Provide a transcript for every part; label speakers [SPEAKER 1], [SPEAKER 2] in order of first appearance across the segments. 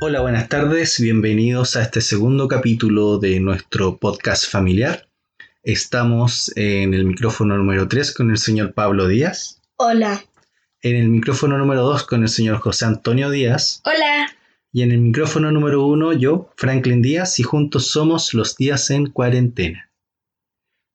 [SPEAKER 1] Hola, buenas tardes, bienvenidos a este segundo capítulo de nuestro podcast familiar. Estamos en el micrófono número 3 con el señor Pablo Díaz,
[SPEAKER 2] Hola.
[SPEAKER 1] en el micrófono número 2 con el señor José Antonio Díaz
[SPEAKER 2] Hola.
[SPEAKER 1] y en el micrófono número 1 yo, Franklin Díaz, y juntos somos los días en cuarentena.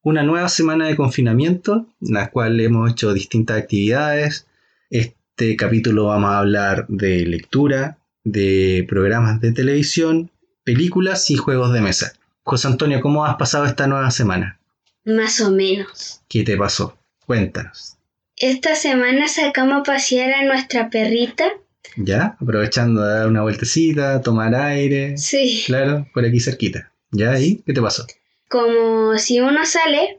[SPEAKER 1] Una nueva semana de confinamiento, en la cual hemos hecho distintas actividades. Este capítulo vamos a hablar de lectura, de programas de televisión, películas y juegos de mesa. José Antonio, ¿cómo has pasado esta nueva semana?
[SPEAKER 2] Más o menos.
[SPEAKER 1] ¿Qué te pasó? Cuéntanos.
[SPEAKER 2] Esta semana sacamos a pasear a nuestra perrita.
[SPEAKER 1] ¿Ya? Aprovechando de dar una vueltecita, tomar aire.
[SPEAKER 2] Sí.
[SPEAKER 1] Claro, por aquí cerquita. ¿Ya ahí? ¿Qué te pasó?
[SPEAKER 2] Como si uno sale,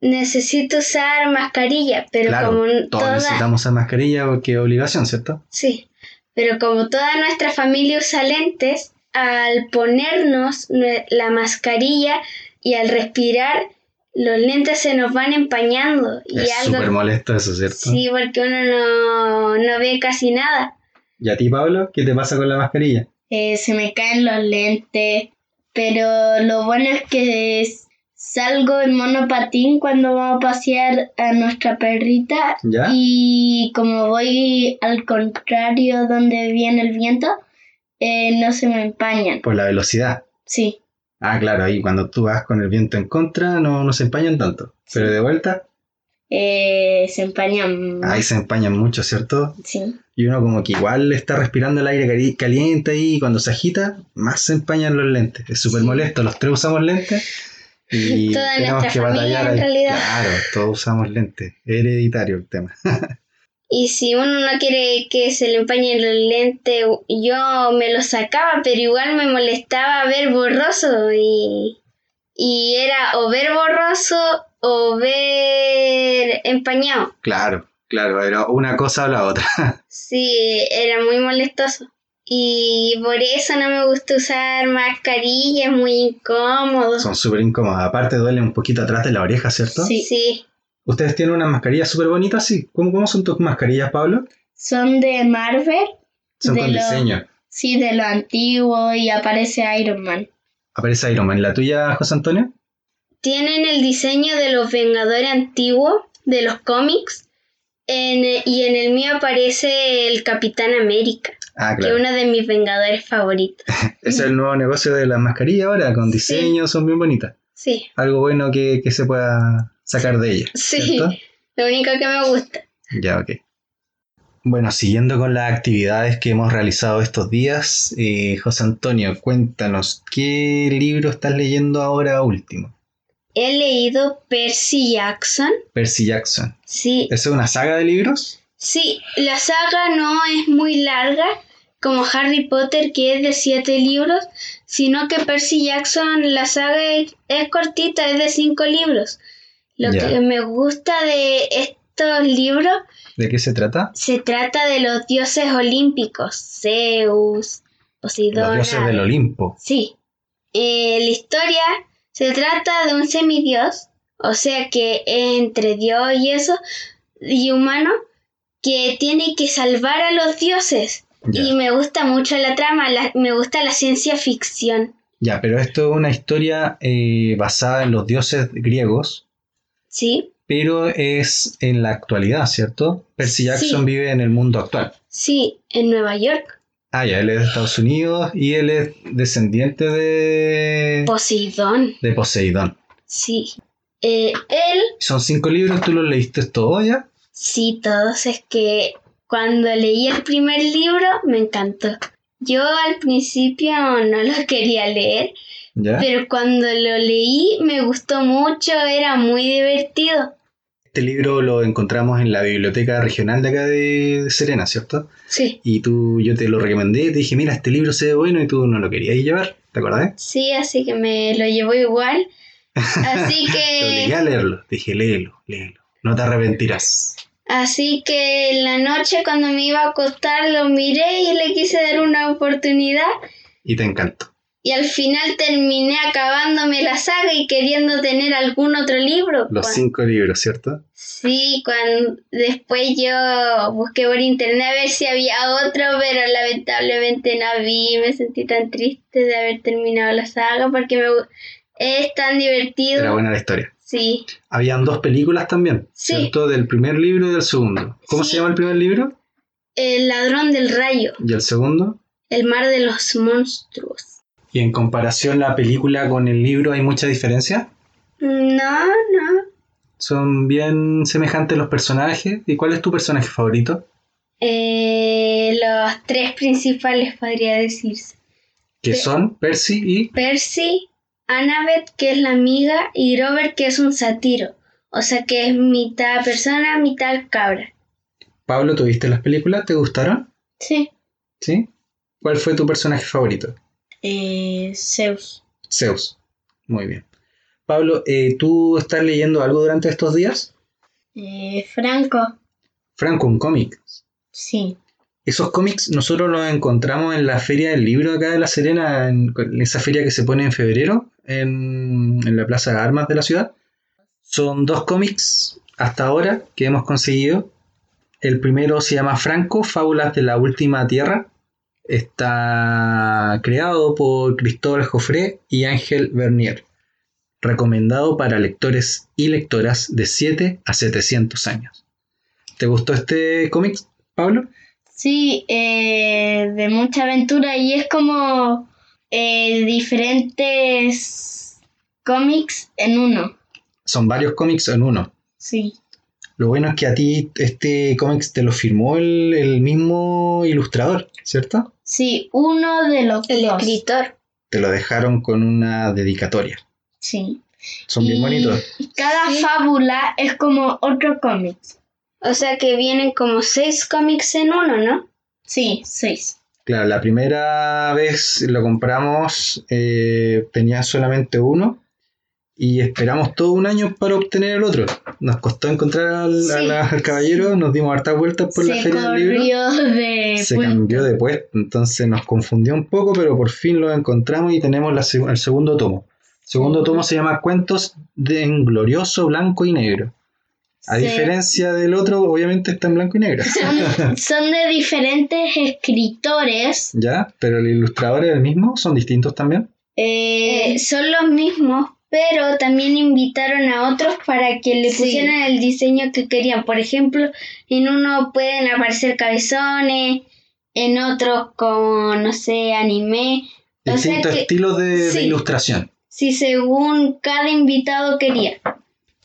[SPEAKER 2] necesita usar mascarilla, pero
[SPEAKER 1] Claro,
[SPEAKER 2] como
[SPEAKER 1] Todos
[SPEAKER 2] toda,
[SPEAKER 1] necesitamos usar mascarilla porque es obligación, ¿cierto?
[SPEAKER 2] sí, pero como toda nuestra familia usa lentes, al ponernos nue- la mascarilla y al respirar, los lentes se nos van empañando y
[SPEAKER 1] es súper
[SPEAKER 2] algo
[SPEAKER 1] molesto eso, ¿cierto?
[SPEAKER 2] sí, porque uno no, no ve casi nada.
[SPEAKER 1] ¿Y a ti, Pablo? ¿Qué te pasa con la mascarilla?
[SPEAKER 2] Eh, se me caen los lentes, pero lo bueno es que es- salgo en monopatín cuando vamos a pasear a nuestra perrita
[SPEAKER 1] ¿Ya?
[SPEAKER 2] y como voy al contrario donde viene el viento, eh, no se me empañan.
[SPEAKER 1] Por la velocidad.
[SPEAKER 2] Sí,
[SPEAKER 1] Ah, claro, ahí cuando tú vas con el viento en contra no, no se empañan tanto. Pero de vuelta,
[SPEAKER 2] eh, se empañan. más,
[SPEAKER 1] ahí se empañan mucho, ¿cierto?
[SPEAKER 2] Sí.
[SPEAKER 1] Y uno como que igual está respirando el aire cali- caliente ahí y cuando se agita, más se empañan los lentes. Es súper
[SPEAKER 2] Sí.
[SPEAKER 1] molesto, los tres usamos lentes y
[SPEAKER 2] Toda
[SPEAKER 1] tenemos
[SPEAKER 2] nuestra
[SPEAKER 1] que
[SPEAKER 2] familia,
[SPEAKER 1] batallar
[SPEAKER 2] en
[SPEAKER 1] ahí.
[SPEAKER 2] realidad.
[SPEAKER 1] Claro, todos usamos lentes. Hereditario el tema.
[SPEAKER 2] Y si uno no quiere que se le empañen los lentes, yo me los sacaba, pero igual me molestaba ver borroso y, y era o ver borroso o ver empañado.
[SPEAKER 1] Claro, claro, era una cosa o la otra.
[SPEAKER 2] Sí, era muy molestoso. Y por eso no me gusta usar mascarilla, es muy incómodo.
[SPEAKER 1] Son súper incómodas. Aparte duele un poquito atrás de la oreja, ¿cierto?
[SPEAKER 2] Sí.
[SPEAKER 1] Ustedes tienen unas mascarillas súper bonitas, sí. ¿Cómo, cómo son tus mascarillas, Pablo?
[SPEAKER 2] Son de Marvel,
[SPEAKER 1] Son
[SPEAKER 2] De
[SPEAKER 1] con
[SPEAKER 2] lo-
[SPEAKER 1] diseño.
[SPEAKER 2] sí, de lo antiguo y aparece Iron Man.
[SPEAKER 1] Aparece Iron Man. ¿La tuya, José Antonio?
[SPEAKER 2] Tienen el diseño de los Vengadores antiguos de los cómics. en- y en el mío aparece el Capitán América,
[SPEAKER 1] Ah,
[SPEAKER 2] que es
[SPEAKER 1] claro.
[SPEAKER 2] uno de mis Vengadores favoritos.
[SPEAKER 1] Es el nuevo negocio de las mascarillas ahora, con
[SPEAKER 2] Sí.
[SPEAKER 1] diseño, son bien bonitas.
[SPEAKER 2] Sí,
[SPEAKER 1] Algo bueno que, que se pueda sacar de ellas.
[SPEAKER 2] sí,
[SPEAKER 1] ¿Cierto?
[SPEAKER 2] lo único que me gusta.
[SPEAKER 1] Ya, ok. Bueno, siguiendo con las actividades que hemos realizado estos días, eh, José Antonio, cuéntanos, ¿qué libro estás leyendo ahora último?
[SPEAKER 2] He leído Percy Jackson.
[SPEAKER 1] Percy Jackson.
[SPEAKER 2] Sí,
[SPEAKER 1] ¿Esa es una saga de libros?
[SPEAKER 2] sí, la saga no es muy larga como Harry Potter que es de siete libros, sino que Percy Jackson la saga es, es cortita, es de cinco libros. Lo
[SPEAKER 1] Ya.
[SPEAKER 2] que me gusta de estos libros
[SPEAKER 1] ¿De qué se trata?
[SPEAKER 2] Se trata de los dioses olímpicos, Zeus, Poseidón.
[SPEAKER 1] Los dioses del Olimpo.
[SPEAKER 2] Sí. Eh, la historia se trata de un semidios, o sea que es entre dios y eso, y humano, que tiene que salvar a los dioses.
[SPEAKER 1] Ya.
[SPEAKER 2] Y me gusta mucho la trama, la- me gusta la ciencia ficción.
[SPEAKER 1] Ya, pero esto es una historia eh, basada en los dioses griegos,
[SPEAKER 2] ¿Sí?
[SPEAKER 1] pero es en la actualidad, ¿cierto? Percy
[SPEAKER 2] Sí.
[SPEAKER 1] Jackson vive en el mundo actual.
[SPEAKER 2] Sí, en Nueva York.
[SPEAKER 1] Ah, ya, él es de Estados Unidos y él es descendiente de,
[SPEAKER 2] Poseidón.
[SPEAKER 1] de Poseidón.
[SPEAKER 2] Sí. Eh, él
[SPEAKER 1] Son cinco libros, ¿tú los leíste todos ya?
[SPEAKER 2] Sí, todos. Es que cuando leí el primer libro me encantó. Yo al principio no lo quería leer,
[SPEAKER 1] ¿Ya?
[SPEAKER 2] pero cuando lo leí me gustó mucho, era muy divertido.
[SPEAKER 1] Este libro lo encontramos en la biblioteca regional de acá de Serena, ¿cierto?
[SPEAKER 2] Sí.
[SPEAKER 1] Y tú, yo te lo recomendé, te dije, mira, este libro se ve bueno y tú no lo querías llevar, ¿te acordás?
[SPEAKER 2] Sí, así que me lo llevó igual. Así
[SPEAKER 1] Te obligué
[SPEAKER 2] que,
[SPEAKER 1] a leerlo, te dije, léelo, léelo, no te arrepentirás.
[SPEAKER 2] así que en la noche cuando me iba a acostar lo miré y le quise dar una oportunidad
[SPEAKER 1] Y te encantó.
[SPEAKER 2] Y al final terminé acabándome la saga y queriendo tener algún otro libro.
[SPEAKER 1] Los
[SPEAKER 2] Cuan-
[SPEAKER 1] cinco libros, ¿cierto?
[SPEAKER 2] Sí, cuando después yo busqué por internet a ver si había otro, pero lamentablemente no vi. Me sentí tan triste de haber terminado la saga porque me gu- es tan divertido.
[SPEAKER 1] Era buena la historia.
[SPEAKER 2] Sí,
[SPEAKER 1] Habían dos películas también,
[SPEAKER 2] Sí.
[SPEAKER 1] ¿cierto? Del primer libro y del segundo. ¿Cómo
[SPEAKER 2] Sí.
[SPEAKER 1] se llama el primer libro?
[SPEAKER 2] El ladrón del rayo,
[SPEAKER 1] ¿Y el segundo?
[SPEAKER 2] el mar de los monstruos.
[SPEAKER 1] ¿Y en comparación la película con el libro hay mucha diferencia?
[SPEAKER 2] No, no.
[SPEAKER 1] Son bien semejantes los personajes. ¿Y cuál es tu personaje favorito?
[SPEAKER 2] Eh, los tres principales podría decirse.
[SPEAKER 1] Que
[SPEAKER 2] Pe-
[SPEAKER 1] son Percy y...
[SPEAKER 2] Percy, Annabeth, que es la amiga, y Grover, que es un satiro. O sea que es mitad persona, mitad cabra.
[SPEAKER 1] Pablo, ¿tuviste las películas? ¿Te gustaron?
[SPEAKER 2] Sí.
[SPEAKER 1] ¿Sí? ¿Cuál fue tu personaje favorito?
[SPEAKER 2] Eh, Zeus.
[SPEAKER 1] Zeus. Muy bien. Pablo, eh, ¿tú estás leyendo algo durante estos días?
[SPEAKER 2] Eh, Franco.
[SPEAKER 1] Franco, un cómic.
[SPEAKER 2] Sí.
[SPEAKER 1] Esos cómics nosotros los encontramos en la feria del libro acá de La Serena, en en esa feria que se pone en febrero, en, en la Plaza de Armas de la ciudad. Son dos cómics hasta ahora que hemos conseguido. El primero se llama Franco, Fábulas de la Última Tierra. Está creado por Cristóbal Joffre y Ángel Bernier. Recomendado para lectores y lectoras de 7 a 700 años. ¿Te gustó este cómic, Pablo?
[SPEAKER 2] Sí,
[SPEAKER 3] eh,
[SPEAKER 2] de mucha aventura y es como
[SPEAKER 3] eh,
[SPEAKER 2] diferentes cómics en uno.
[SPEAKER 1] son varios cómics en uno.
[SPEAKER 2] Sí.
[SPEAKER 1] Lo bueno es que a ti este cómic te lo firmó el, el mismo ilustrador, ¿cierto?
[SPEAKER 3] Sí, uno de los
[SPEAKER 2] El
[SPEAKER 3] dos.
[SPEAKER 2] escritor.
[SPEAKER 1] Te lo dejaron con una dedicatoria.
[SPEAKER 3] Sí.
[SPEAKER 1] Son bien
[SPEAKER 3] Y-
[SPEAKER 1] bonitos.
[SPEAKER 3] Y cada
[SPEAKER 2] Sí.
[SPEAKER 3] fábula es como otro cómic.
[SPEAKER 2] O sea que vienen como seis cómics en uno, ¿no?
[SPEAKER 3] Sí, seis.
[SPEAKER 1] Claro, la primera vez lo compramos, eh, tenía solamente uno y esperamos todo un año para obtener el otro. Nos costó encontrar al,
[SPEAKER 3] Sí.
[SPEAKER 1] a la- al caballero, nos dimos hartas vueltas por la
[SPEAKER 3] Se
[SPEAKER 1] feria del libro.
[SPEAKER 3] corrió de...
[SPEAKER 2] Eh,
[SPEAKER 1] se
[SPEAKER 3] pu-
[SPEAKER 1] cambió de puesto, entonces nos confundió un poco, pero por fin lo encontramos y tenemos la seg- el segundo tomo. El segundo tomo se llama Cuentos de en glorioso blanco y negro. A
[SPEAKER 3] se-
[SPEAKER 1] diferencia del otro, obviamente está en blanco y negro,
[SPEAKER 3] Son, son de diferentes escritores.
[SPEAKER 1] ¿ya? Pero el ilustrador es el mismo, son distintos también.
[SPEAKER 3] Eh,
[SPEAKER 2] Eh, son los mismos, pero también invitaron a otros para que le
[SPEAKER 3] Sí.
[SPEAKER 2] pusieran el diseño que querían. Por ejemplo, en uno pueden aparecer cabezones, en otros con, no sé, anime. O sea
[SPEAKER 1] Distintos
[SPEAKER 2] que-
[SPEAKER 1] estilos de, de
[SPEAKER 2] sí.
[SPEAKER 1] ilustración.
[SPEAKER 2] Si según cada invitado quería.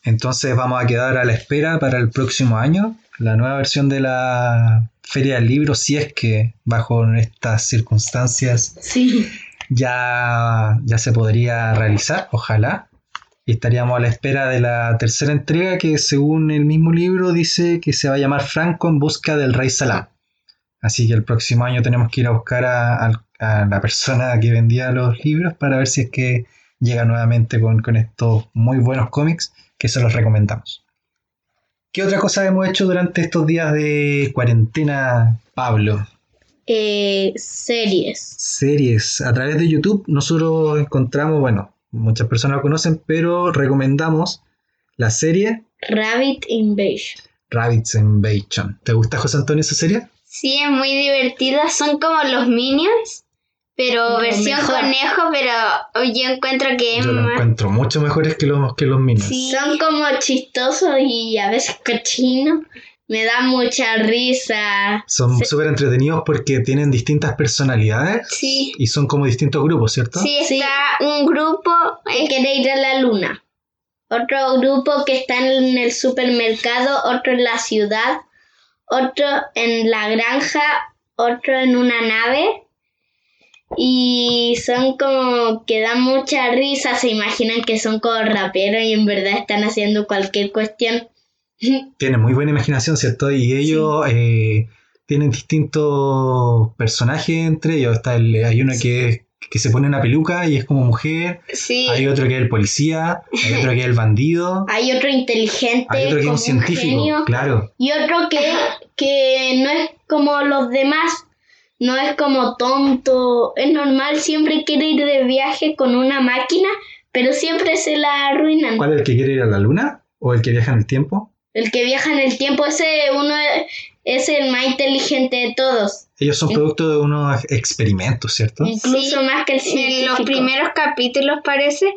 [SPEAKER 1] Entonces vamos a quedar a la espera para el próximo año, la nueva versión de la Feria del Libro, si es que bajo estas circunstancias
[SPEAKER 3] sí.
[SPEAKER 1] ya, ya se podría realizar, ojalá. Y estaríamos a la espera de la tercera entrega que según el mismo libro dice que se va a llamar Franco en busca del rey Salam. Así que el próximo año tenemos que ir a buscar a, al- a la persona que vendía los libros para ver si es que llega nuevamente con, con estos muy buenos cómics que se los recomendamos. ¿Qué otra cosa hemos hecho durante estos días de cuarentena, Pablo?
[SPEAKER 2] eh,
[SPEAKER 3] series.
[SPEAKER 1] series a través de YouTube, nosotros encontramos, bueno, muchas personas lo conocen, pero recomendamos la serie
[SPEAKER 3] Rabbit Invasion.
[SPEAKER 1] Rabbits Invasion. ¿Te gusta José Antonio esa serie?
[SPEAKER 2] Sí, es muy divertida. Son como los minions, pero
[SPEAKER 3] Lo
[SPEAKER 2] versión
[SPEAKER 3] mejor.
[SPEAKER 2] conejo, pero yo encuentro que es
[SPEAKER 1] Yo la
[SPEAKER 2] más...
[SPEAKER 1] encuentro mucho mejores que los, que los Minions.
[SPEAKER 2] Sí.
[SPEAKER 3] Son como chistosos y a veces cochinos.
[SPEAKER 2] Me da mucha risa.
[SPEAKER 1] Son súper entretenidos porque tienen distintas personalidades
[SPEAKER 2] Sí.
[SPEAKER 1] y son como distintos grupos, ¿cierto?
[SPEAKER 2] Sí,
[SPEAKER 3] Sí.
[SPEAKER 2] está un grupo que quiere ir a la luna. Otro grupo que está en el supermercado, otro en la ciudad, otro en la granja, otro en una nave. Y son como que dan mucha risa, se imaginan que son como raperos y en verdad están haciendo cualquier cuestión.
[SPEAKER 1] Tienen muy buena imaginación, ¿cierto? Y ellos eh, tienen distintos personajes entre ellos. Está el- hay uno que, es- que se pone una peluca y es como mujer.
[SPEAKER 2] Sí,
[SPEAKER 1] Hay otro que es el policía, hay otro que es el bandido,
[SPEAKER 2] hay otro inteligente,
[SPEAKER 1] hay otro que es
[SPEAKER 2] como
[SPEAKER 1] un científico,
[SPEAKER 2] genio.
[SPEAKER 1] claro.
[SPEAKER 2] Y otro que, que no es como los demás, no es como tonto. Es normal, siempre quiere ir de viaje con una máquina, pero siempre se la arruinan.
[SPEAKER 1] ¿Cuál es el que quiere ir a la luna? ¿O el que viaja en el tiempo?
[SPEAKER 2] El que viaja en el tiempo, ese uno es- es el más inteligente de todos,
[SPEAKER 1] Ellos son
[SPEAKER 2] Sí.
[SPEAKER 1] producto de unos experimentos, ¿cierto?
[SPEAKER 2] incluso más que el
[SPEAKER 3] En los
[SPEAKER 2] científico.
[SPEAKER 3] primeros capítulos parece,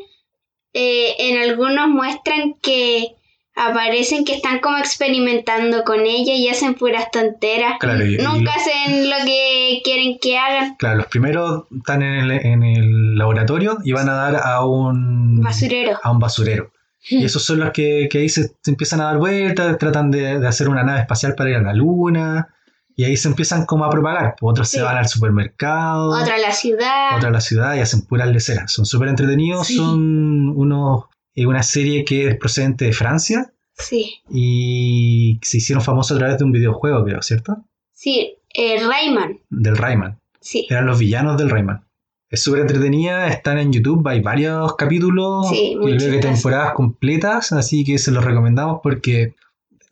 [SPEAKER 3] eh, en algunos muestran que aparecen que están como experimentando con ella y hacen puras tonteras.
[SPEAKER 1] Claro, y- y-
[SPEAKER 3] Nunca hacen lo que quieren que hagan.
[SPEAKER 1] claro, los primeros están en el, en el laboratorio y van a dar a un
[SPEAKER 3] Basurero.
[SPEAKER 1] a un basurero.
[SPEAKER 2] Mm.
[SPEAKER 1] Y esos son los que, que ahí se, se empiezan a dar vueltas, tratan de, de hacer una nave espacial para ir a la luna, y ahí se empiezan como a propagar. Otros
[SPEAKER 3] Sí.
[SPEAKER 1] se van al supermercado,
[SPEAKER 3] Otra la ciudad.
[SPEAKER 1] otra a la ciudad y hacen puras leceras. Son súper entretenidos,
[SPEAKER 2] Sí.
[SPEAKER 1] son unos, eh, una serie que es procedente de Francia
[SPEAKER 3] Sí.
[SPEAKER 1] y se hicieron famosos a través de un videojuego, creo, ¿cierto?
[SPEAKER 3] Sí, eh, Rayman.
[SPEAKER 1] Del Rayman.
[SPEAKER 3] Sí.
[SPEAKER 1] Eran los villanos del Rayman. Es súper entretenida, están en YouTube, hay varios capítulos,
[SPEAKER 3] Sí,
[SPEAKER 1] yo creo que
[SPEAKER 3] muchas.
[SPEAKER 1] temporadas completas, así que se los recomendamos porque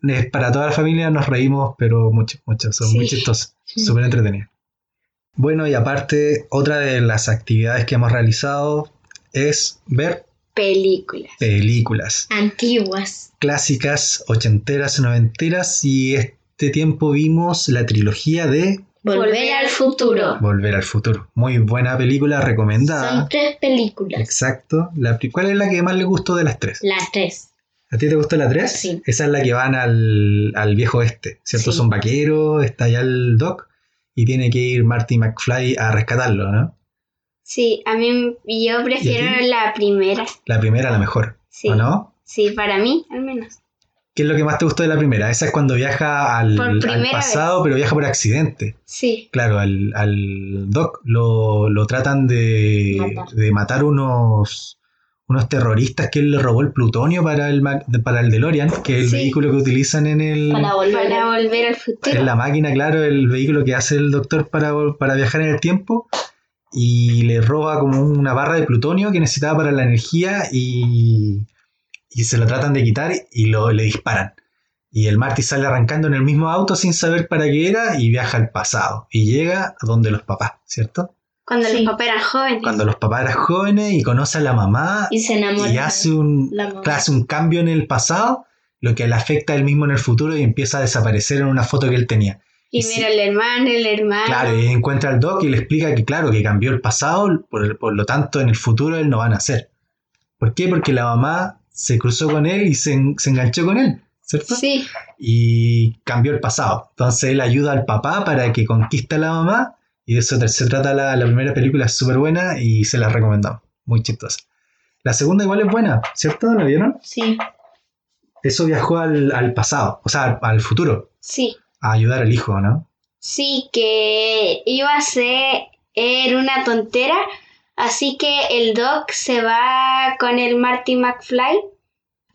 [SPEAKER 1] es para toda la familia nos reímos, pero mucho, mucho, son muy
[SPEAKER 3] Sí.
[SPEAKER 1] chistosos, súper entretenidas. Bueno, y aparte, otra de las actividades que hemos realizado es ver
[SPEAKER 3] Películas.
[SPEAKER 1] películas
[SPEAKER 2] Antiguas.
[SPEAKER 1] clásicas, ochenteras, noventeras, y este tiempo vimos la trilogía de
[SPEAKER 2] Volver, al futuro.
[SPEAKER 1] Volver al Futuro. Muy buena película, recomendada.
[SPEAKER 2] Son tres películas.
[SPEAKER 1] Exacto. La, pri- ¿Cuál es la que más le gustó de las tres?
[SPEAKER 2] Las tres.
[SPEAKER 1] ¿A ti te gustó la tres?
[SPEAKER 2] Sí.
[SPEAKER 1] Esa es la que van al, al viejo este, ¿cierto?
[SPEAKER 2] Sí.
[SPEAKER 1] Son vaqueros, está allá el Doc y tiene que ir Marty McFly a rescatarlo, ¿no?
[SPEAKER 3] Sí, a mí yo prefiero
[SPEAKER 1] ti?
[SPEAKER 3] la primera.
[SPEAKER 1] La primera, la mejor,
[SPEAKER 3] Sí.
[SPEAKER 1] ¿o no?
[SPEAKER 3] Sí, para mí, al menos.
[SPEAKER 1] ¿Qué es lo que más te gustó de la primera? Esa es cuando viaja al,
[SPEAKER 3] Por
[SPEAKER 1] al
[SPEAKER 3] primera
[SPEAKER 1] pasado, pero viaja por accidente.
[SPEAKER 3] Sí.
[SPEAKER 1] Claro, al, al Doc lo, lo tratan de
[SPEAKER 2] Matar.
[SPEAKER 1] de matar unos, unos terroristas que él le robó el plutonio para el, Mac- para el DeLorean, que es el
[SPEAKER 3] Sí.
[SPEAKER 1] vehículo que utilizan en el...
[SPEAKER 2] Para volver
[SPEAKER 3] Para
[SPEAKER 2] al
[SPEAKER 3] volver al
[SPEAKER 1] Es
[SPEAKER 3] futuro.
[SPEAKER 1] la máquina, claro, el vehículo que hace el doctor para, para viajar en el tiempo y le roba como una barra de plutonio que necesitaba para la energía y, y se la tratan de quitar y lo, le disparan. Y el Marty sale arrancando en el mismo auto sin saber para qué era y viaja al pasado y llega a donde los papás, ¿cierto?
[SPEAKER 3] Cuando
[SPEAKER 2] Sí.
[SPEAKER 3] los papás eran jóvenes.
[SPEAKER 1] Cuando los papás eran jóvenes y conoce a la mamá
[SPEAKER 2] y se enamora.
[SPEAKER 1] y hace un,
[SPEAKER 2] la mamá.
[SPEAKER 1] claro, hace un cambio en el pasado, lo que le afecta a él mismo en el futuro y empieza a desaparecer en una foto que él tenía.
[SPEAKER 3] Y
[SPEAKER 1] Y sí.
[SPEAKER 3] mira el hermano, el hermano.
[SPEAKER 1] Claro, y encuentra al Doc y le explica que, claro, que cambió el pasado, por, por lo tanto, en el futuro él no va a nacer. ¿Por qué? Porque la mamá se cruzó con él y se, en- se enganchó con él, ¿cierto?
[SPEAKER 3] Sí,
[SPEAKER 1] Y cambió el pasado. Entonces él ayuda al papá para que conquista a la mamá, y de eso tra- se trata la, la primera película, es súper buena y se la recomendamos, muy chistosa. La segunda igual es buena, ¿cierto? ¿La vieron?
[SPEAKER 2] Sí.
[SPEAKER 1] Eso viajó al, al pasado, o sea, al, al futuro,
[SPEAKER 3] sí.
[SPEAKER 1] a ayudar al hijo, ¿no?
[SPEAKER 3] Sí, que iba a ser era una tontera. Así que el Doc se va con el Marty McFly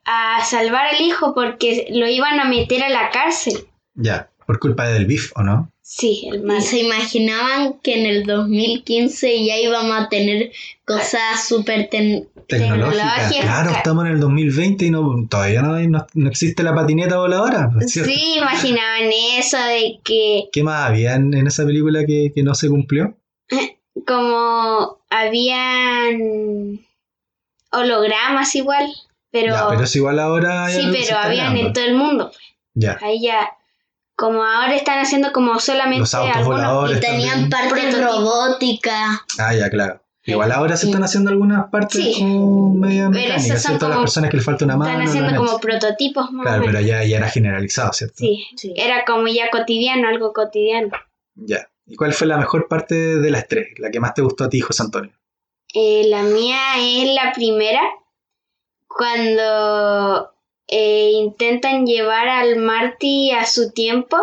[SPEAKER 3] a salvar al hijo porque lo iban a meter a la cárcel.
[SPEAKER 1] Ya, por culpa del BIF, ¿o no?
[SPEAKER 3] Sí, el
[SPEAKER 2] Y
[SPEAKER 3] mal.
[SPEAKER 2] se imaginaban que en el 2015 ya íbamos a tener cosas súper ten-
[SPEAKER 1] tecnológica.
[SPEAKER 3] Tecnológica.
[SPEAKER 1] Claro, estamos en el 2020 y no, todavía no, hay- no- no existe la patineta voladora. pues, ¿cierto?
[SPEAKER 3] Sí, imaginaban eso de que
[SPEAKER 1] ¿Qué más había en, en esa película que, que no se cumplió?
[SPEAKER 3] como habían hologramas igual, pero,
[SPEAKER 1] ya, pero eso igual ahora... ya
[SPEAKER 3] sí,
[SPEAKER 1] lo se
[SPEAKER 3] pero
[SPEAKER 1] está
[SPEAKER 3] habían en
[SPEAKER 1] creando.
[SPEAKER 3] todo el mundo. pues.
[SPEAKER 1] Ya,
[SPEAKER 3] Ahí ya, como ahora están haciendo como solamente
[SPEAKER 1] los autos
[SPEAKER 3] algunos-
[SPEAKER 1] voladores
[SPEAKER 2] y tenían
[SPEAKER 1] también.
[SPEAKER 2] partes
[SPEAKER 3] Prototipo.
[SPEAKER 2] robóticas.
[SPEAKER 1] Ah, ya, claro. Igual ahora se están haciendo algunas partes
[SPEAKER 3] Sí.
[SPEAKER 1] como medio
[SPEAKER 3] Pero
[SPEAKER 1] mecánicas,
[SPEAKER 3] esas son
[SPEAKER 1] ¿cierto? A las
[SPEAKER 3] como-
[SPEAKER 1] personas que le falta una mano...
[SPEAKER 3] Están
[SPEAKER 1] lo
[SPEAKER 3] haciendo
[SPEAKER 1] han
[SPEAKER 3] como
[SPEAKER 1] hecho.
[SPEAKER 3] prototipos más o
[SPEAKER 1] Claro,
[SPEAKER 3] menos.
[SPEAKER 1] pero ya, ya era generalizado, ¿cierto?
[SPEAKER 3] Sí,
[SPEAKER 2] Eh,
[SPEAKER 3] era como ya cotidiano, algo cotidiano.
[SPEAKER 1] Ya. ¿Y cuál fue la mejor parte de las tres? La que más te gustó a ti, José Antonio.
[SPEAKER 3] Eh, la mía es la primera, cuando eh, intentan llevar al Marty a su tiempo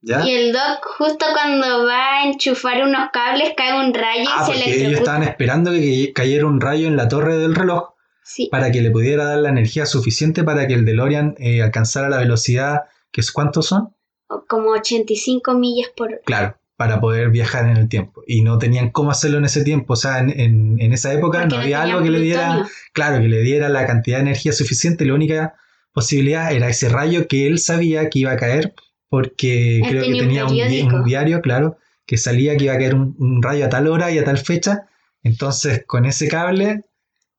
[SPEAKER 1] ¿Ya?
[SPEAKER 3] y el Doc justo cuando va a enchufar unos cables cae un rayo
[SPEAKER 1] Ah,
[SPEAKER 3] y se
[SPEAKER 1] porque ellos
[SPEAKER 3] electrocuta.
[SPEAKER 1] estaban esperando que cayera un rayo en la torre del reloj
[SPEAKER 3] Sí,
[SPEAKER 1] para que le pudiera dar la energía suficiente para que el DeLorean eh, alcanzara la velocidad, que es cuántos son,
[SPEAKER 3] o como 85 millas por hora.
[SPEAKER 1] claro, para poder viajar en el tiempo. Y no tenían cómo hacerlo en ese tiempo, o sea, en, en- en esa época
[SPEAKER 3] Porque
[SPEAKER 1] no había
[SPEAKER 3] tenían
[SPEAKER 1] algo que le diera,
[SPEAKER 3] plutonio.
[SPEAKER 1] claro, que le diera la cantidad de energía suficiente, la única posibilidad era ese rayo que él sabía que iba a caer porque
[SPEAKER 3] Él
[SPEAKER 1] creo que
[SPEAKER 3] tenía
[SPEAKER 1] tenía
[SPEAKER 3] un
[SPEAKER 1] un, di-
[SPEAKER 3] periódico.
[SPEAKER 1] un diario, claro, que salía que iba a caer un, un rayo a tal hora y a tal fecha. Entonces, con ese cable,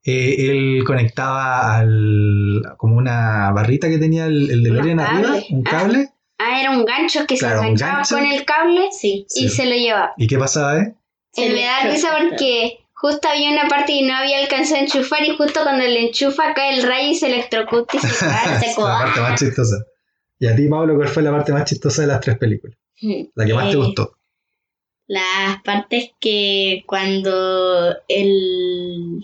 [SPEAKER 1] eh, él conectaba al, como una barrita que tenía el, el DeLorean
[SPEAKER 3] Unos
[SPEAKER 1] arriba,
[SPEAKER 3] cables.
[SPEAKER 1] un
[SPEAKER 3] Ah.
[SPEAKER 1] cable.
[SPEAKER 3] Ah, era un gancho que
[SPEAKER 1] Claro,
[SPEAKER 3] se
[SPEAKER 1] un
[SPEAKER 3] enganchaba
[SPEAKER 1] gancho.
[SPEAKER 3] con el cable
[SPEAKER 2] Sí.
[SPEAKER 1] Sí.
[SPEAKER 3] y se lo llevaba.
[SPEAKER 1] ¿Y qué pasaba, eh?
[SPEAKER 2] Se
[SPEAKER 3] Eh,
[SPEAKER 2] le
[SPEAKER 3] me da risa
[SPEAKER 2] chocaba.
[SPEAKER 3] porque justo había una parte que no había alcanzado a enchufar y justo cuando le enchufa cae el rayo y se electrocuta y se cae.
[SPEAKER 2] se
[SPEAKER 1] la
[SPEAKER 2] cobarde.
[SPEAKER 1] parte más chistosa. Y a ti, Pablo, ¿cuál fue la parte más chistosa de las tres películas? La que más te
[SPEAKER 2] Eh,
[SPEAKER 1] gustó.
[SPEAKER 2] Las partes que cuando el,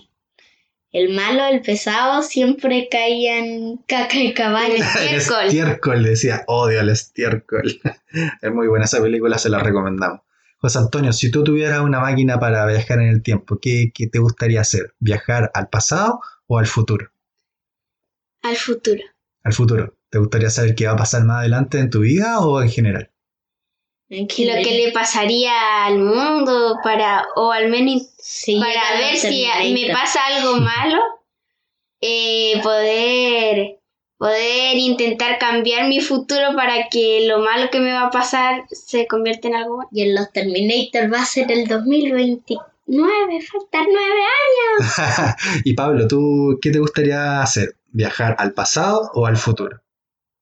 [SPEAKER 2] el malo, el pesado, siempre caían caca y caballo.
[SPEAKER 1] El
[SPEAKER 3] estiércol.
[SPEAKER 1] estiércol, decía, odio el estiércol. es muy buena esa película, se la recomendamos. José Antonio, si tú tuvieras una máquina para viajar en el tiempo, ¿qué, qué te gustaría hacer? ¿Viajar al pasado o al futuro?
[SPEAKER 2] Al futuro.
[SPEAKER 1] Al futuro. ¿Te gustaría saber qué va a pasar más adelante en tu vida o en general?
[SPEAKER 3] Y lo que le pasaría al mundo para, o al menos
[SPEAKER 2] Sí,
[SPEAKER 3] para
[SPEAKER 2] llegan
[SPEAKER 3] ver
[SPEAKER 2] los
[SPEAKER 3] si a- me
[SPEAKER 2] Terminator.
[SPEAKER 3] pasa algo malo, eh, poder, poder intentar cambiar mi futuro para que lo malo que me va a pasar se convierta en algo bueno.
[SPEAKER 2] Y en los Terminator va a ser el 2029, faltan nueve años.
[SPEAKER 1] y Pablo, ¿tú qué te gustaría hacer? ¿Viajar al pasado o al futuro?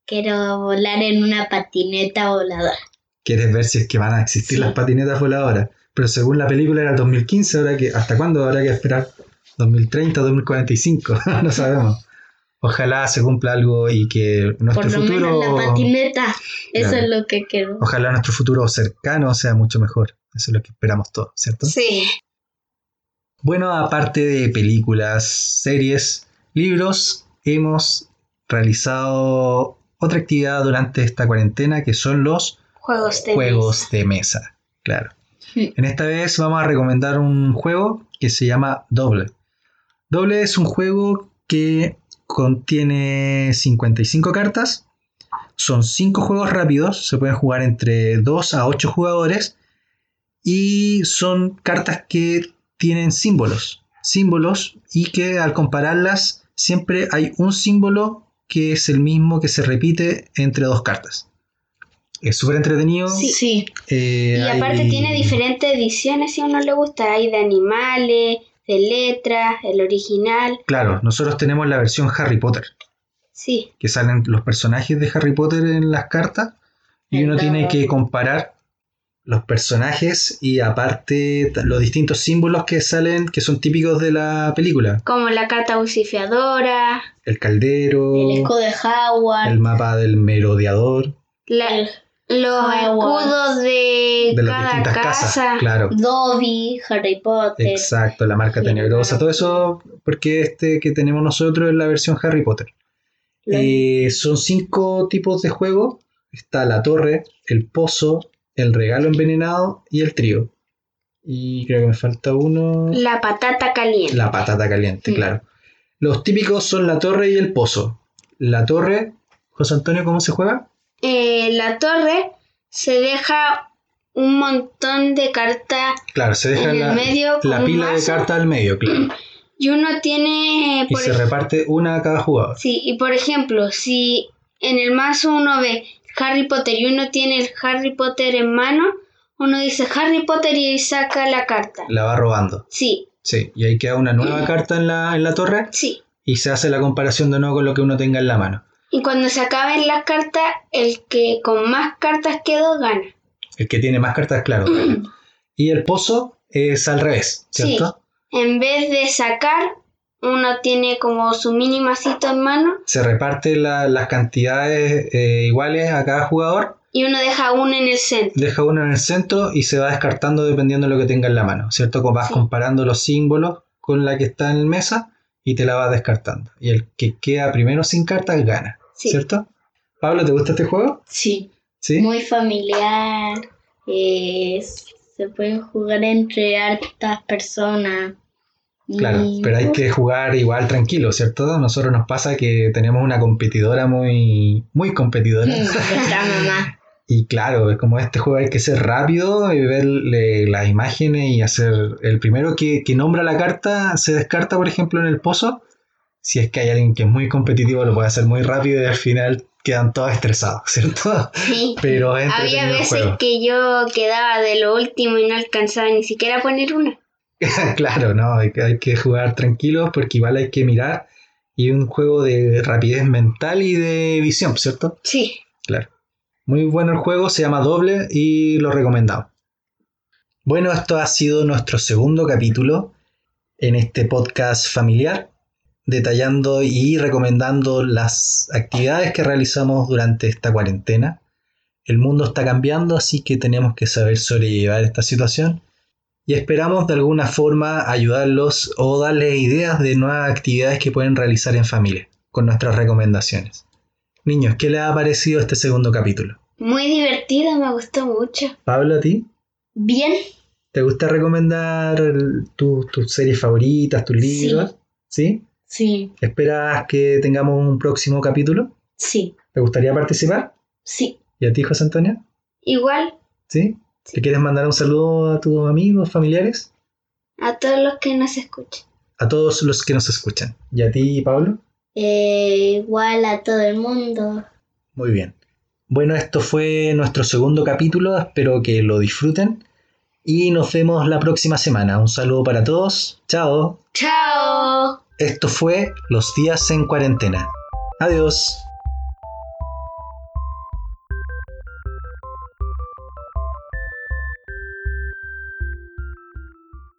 [SPEAKER 2] Quiero volar en una patineta voladora.
[SPEAKER 1] quieres ver si es que van a existir
[SPEAKER 2] Sí.
[SPEAKER 1] las patinetas voladoras. Pero según la película era el 2015, ahora que, ¿hasta cuándo habrá que esperar? ¿2030, 2045? no sabemos. Ojalá se cumpla algo y que nuestro
[SPEAKER 2] Por lo
[SPEAKER 1] futuro.
[SPEAKER 2] menos la patineta. Eso
[SPEAKER 1] Claro. Oh.
[SPEAKER 2] es lo que quiero.
[SPEAKER 1] Ojalá nuestro futuro cercano sea mucho mejor. Eso es lo que esperamos todos, ¿cierto?
[SPEAKER 3] Sí.
[SPEAKER 1] Bueno, aparte de películas, series, libros, hemos realizado otra actividad durante esta cuarentena que son los
[SPEAKER 3] Juegos de
[SPEAKER 1] juegos de mesa, claro.
[SPEAKER 2] Sí.
[SPEAKER 1] En esta vez vamos a recomendar un juego que se llama Doble. Doble es un juego que contiene 55 cartas. Son 5 juegos rápidos, se pueden jugar entre 2 a 8 jugadores. Y son cartas que tienen símbolos. Símbolos y que al compararlas siempre hay un símbolo que es el mismo que se repite entre dos cartas. Es súper entretenido.
[SPEAKER 2] sí.
[SPEAKER 1] Eh,
[SPEAKER 3] Y aparte
[SPEAKER 1] hay-
[SPEAKER 3] tiene diferentes ediciones si a uno le gusta. Hay de animales, de letras, el original.
[SPEAKER 1] Claro, nosotros tenemos la versión Harry Potter,
[SPEAKER 3] Sí,
[SPEAKER 1] que salen los personajes de Harry Potter en las cartas y
[SPEAKER 2] El
[SPEAKER 1] uno
[SPEAKER 2] dado.
[SPEAKER 1] tiene que comparar los personajes y aparte t- los distintos símbolos que salen, que son típicos de la película.
[SPEAKER 3] como la carta bucifiadora,
[SPEAKER 1] El caldero,
[SPEAKER 2] El escudo de Howard.
[SPEAKER 1] el mapa del merodeador,
[SPEAKER 3] la- los
[SPEAKER 2] Hogwarts.
[SPEAKER 3] escudos
[SPEAKER 2] Eh,
[SPEAKER 3] de,
[SPEAKER 1] de las
[SPEAKER 3] cada
[SPEAKER 1] distintas
[SPEAKER 3] casa.
[SPEAKER 1] casas. Claro,
[SPEAKER 2] Dobby, Harry Potter.
[SPEAKER 1] exacto, la marca
[SPEAKER 2] Sí,
[SPEAKER 1] tenebrosa,
[SPEAKER 2] claro.
[SPEAKER 1] todo eso, porque este que tenemos nosotros es la versión Harry Potter.
[SPEAKER 2] Los-
[SPEAKER 1] Eh, son cinco tipos de juego. Está la torre, el pozo, el regalo envenenado y el trío. Y creo que me falta uno.
[SPEAKER 3] La patata caliente.
[SPEAKER 1] La patata caliente,
[SPEAKER 2] Mm.
[SPEAKER 1] claro. Los típicos son la torre y el pozo. La torre, José Antonio, ¿cómo se juega?
[SPEAKER 3] Eh, la torre se deja un montón de cartas
[SPEAKER 1] Claro, se deja
[SPEAKER 3] en el
[SPEAKER 1] la,
[SPEAKER 3] medio con
[SPEAKER 1] la
[SPEAKER 3] un
[SPEAKER 1] pila de
[SPEAKER 3] mazo,
[SPEAKER 1] cartas al medio, claro.
[SPEAKER 3] y uno tiene eh,
[SPEAKER 1] Y
[SPEAKER 3] por
[SPEAKER 1] se
[SPEAKER 3] ej-
[SPEAKER 1] reparte una a cada jugador.
[SPEAKER 3] sí, y por ejemplo si en el mazo uno ve Harry Potter y uno tiene el Harry Potter en mano uno dice Harry Potter y saca la carta
[SPEAKER 1] La va robando.
[SPEAKER 3] sí
[SPEAKER 1] Sí, y ahí queda una nueva carta en la, en la torre
[SPEAKER 3] sí
[SPEAKER 1] y se hace la comparación de nuevo con lo que uno tenga en la mano.
[SPEAKER 3] y cuando se acaben las cartas el que con más cartas quedó gana
[SPEAKER 1] El que tiene más cartas, claro. Y el pozo es al revés, ¿cierto?
[SPEAKER 3] en vez de sacar uno tiene como su mini macito en mano
[SPEAKER 1] Se reparte la- las cantidades eh, iguales a cada jugador,
[SPEAKER 3] y uno deja uno en el centro.
[SPEAKER 1] deja uno en el centro y se va descartando dependiendo de lo que tenga en la mano, ¿cierto? Como Vas
[SPEAKER 3] Sí.
[SPEAKER 1] comparando los símbolos con la que está en el mesa y te la vas descartando. Y el que queda primero sin cartas gana,
[SPEAKER 3] Sí.
[SPEAKER 1] ¿cierto? Pablo, ¿te gusta este juego?
[SPEAKER 2] Sí,
[SPEAKER 1] Sí.
[SPEAKER 2] muy familiar. eh, se pueden jugar entre hartas personas. y-
[SPEAKER 1] Claro, pero hay que jugar igual tranquilo, ¿cierto? Nosotros nos pasa que tenemos una competidora muy, muy competidora.
[SPEAKER 2] Nuestra mamá.
[SPEAKER 1] Y claro, es como este juego hay que ser rápido y ver le- las imágenes y hacer. El primero que, que nombra la carta se descarta, por ejemplo, en el pozo. Si es que hay alguien que es muy competitivo, lo puede hacer muy rápido y al final quedan todos estresados, ¿cierto?
[SPEAKER 3] Sí.
[SPEAKER 1] Pero es
[SPEAKER 3] Había
[SPEAKER 1] entretenido el
[SPEAKER 3] veces
[SPEAKER 1] juego.
[SPEAKER 3] que yo quedaba de lo último y no alcanzaba ni siquiera a poner una.
[SPEAKER 1] Claro, no, hay que, hay que jugar tranquilos porque igual hay que mirar y un juego de rapidez mental y de visión, ¿cierto?
[SPEAKER 3] Sí.
[SPEAKER 1] Muy bueno el juego, se llama Doble y lo recomendamos. Bueno, esto ha sido nuestro segundo capítulo en este podcast familiar, detallando y recomendando las actividades que realizamos durante esta cuarentena. El mundo está cambiando, así que tenemos que saber sobrellevar esta situación y esperamos de alguna forma ayudarlos o darles ideas de nuevas actividades que pueden realizar en familia con nuestras recomendaciones. Niños, ¿qué les ha parecido este segundo capítulo?
[SPEAKER 3] Muy divertido, me gustó mucho.
[SPEAKER 1] Pablo, ¿a ti?
[SPEAKER 2] Bien,
[SPEAKER 1] ¿Te gusta recomendar el- tu- tus series favoritas, tus
[SPEAKER 2] Sí.
[SPEAKER 1] libros? ¿Sí?
[SPEAKER 2] sí,
[SPEAKER 1] ¿Esperas que tengamos un próximo capítulo?
[SPEAKER 2] sí,
[SPEAKER 1] ¿Te gustaría participar?
[SPEAKER 2] sí.
[SPEAKER 1] ¿Y a ti, José Antonio?
[SPEAKER 3] Igual
[SPEAKER 1] ¿Sí? ¿Le quieres mandar un saludo a tus amigos, familiares?
[SPEAKER 3] a todos los que nos escuchan.
[SPEAKER 1] A todos los que nos escuchan. ¿Y a ti, Pablo?
[SPEAKER 2] Eh, igual a todo el mundo.
[SPEAKER 1] Muy bien. Bueno, esto fue nuestro segundo capítulo. Espero que lo disfruten. Y nos vemos la próxima semana. Un saludo para todos. Chao.
[SPEAKER 3] ¡Chao!
[SPEAKER 1] Esto fue Los días en cuarentena. Adiós.